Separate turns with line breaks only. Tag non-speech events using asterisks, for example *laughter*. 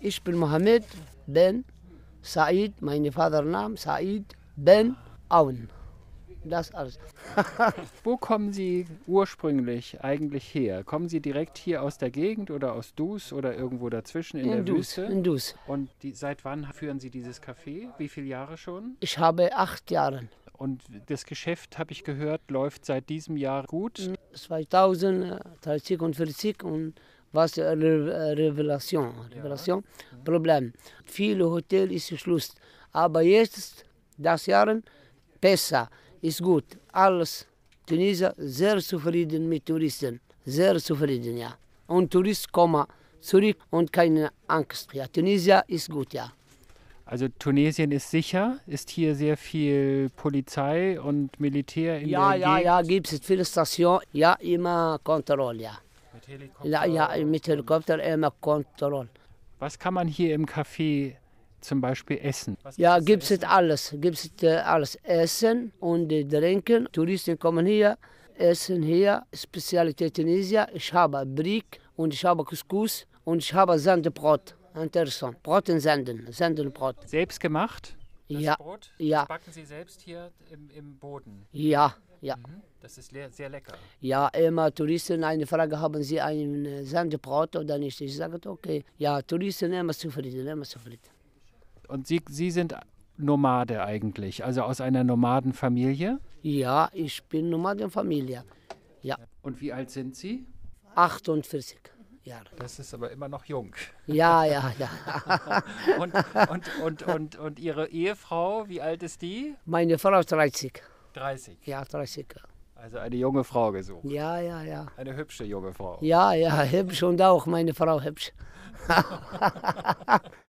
Ich bin Mohammed Ben Said, mein Vater Name Said Ben Aoun. Das alles.
Wo kommen Sie ursprünglich eigentlich her? Kommen Sie direkt hier aus der Gegend oder aus Dus oder irgendwo dazwischen in, der
Dus, in
Wüste?
Dus.
Und die, seit wann führen Sie dieses Café? Wie viele Jahre schon?
Ich habe acht Jahre.
Und das Geschäft, habe ich gehört, läuft seit diesem Jahr
Mhm.
gut.
2000, 30 äh, und 40 und was äh, Re- äh, Revelation, Revelation, Problem. Viele Hotels ist Schluss, aber jetzt das Jahr besser, ist gut. Alles Tunesier sehr zufrieden mit Touristen, sehr zufrieden, ja. Und Touristen kommen zurück und keine Angst. Ja, Tunesier ist gut, ja.
Also Tunesien ist sicher, ist hier sehr viel Polizei und Militär in
Ja,
der
ja,
Gegend.
ja, gibt es viele Stationen, ja, immer Kontrolle, ja.
Mit Helikopter.
Ja, ja, mit Helikopter immer Kontrolle.
Was kann man hier im Café zum Beispiel essen?
Ja, gibt es alles. Gibt es äh, alles. Essen und äh, Trinken. Touristen kommen hier, essen hier. Spezialität Tunesier. Ich habe Brick und ich habe Couscous und ich habe Sandbrot. Interessant. Brot in Sanden. Sandenbrot.
Selbst gemacht?
Ja,
Brot
ja.
backen Sie selbst hier im, Boden.
ja, ja.
Das ist sehr lecker.
Ja, immer Touristen eine Frage, haben sie ein äh, Sandbrot oder nicht? Ich sage, okay. Ja, Touristen immer zufrieden, immer zufrieden.
Und Sie, Sie sind Nomade eigentlich, also aus einer Nomadenfamilie.
Ja, ich bin Nomadenfamilie. Ja,
Und wie alt sind Sie?
48 Jahre.
Das ist aber immer noch *laughs* jung.
Ja, ja, ja.
Und, und, und, und, und Ihre Ehefrau, wie alt ist die?
Meine Frau ist 30.
30.
Ja, 30.
Also eine junge Frau gesucht.
Ja, ja, ja.
Eine hübsche junge Frau.
Ja, ja, hübsch und auch meine Frau hübsch.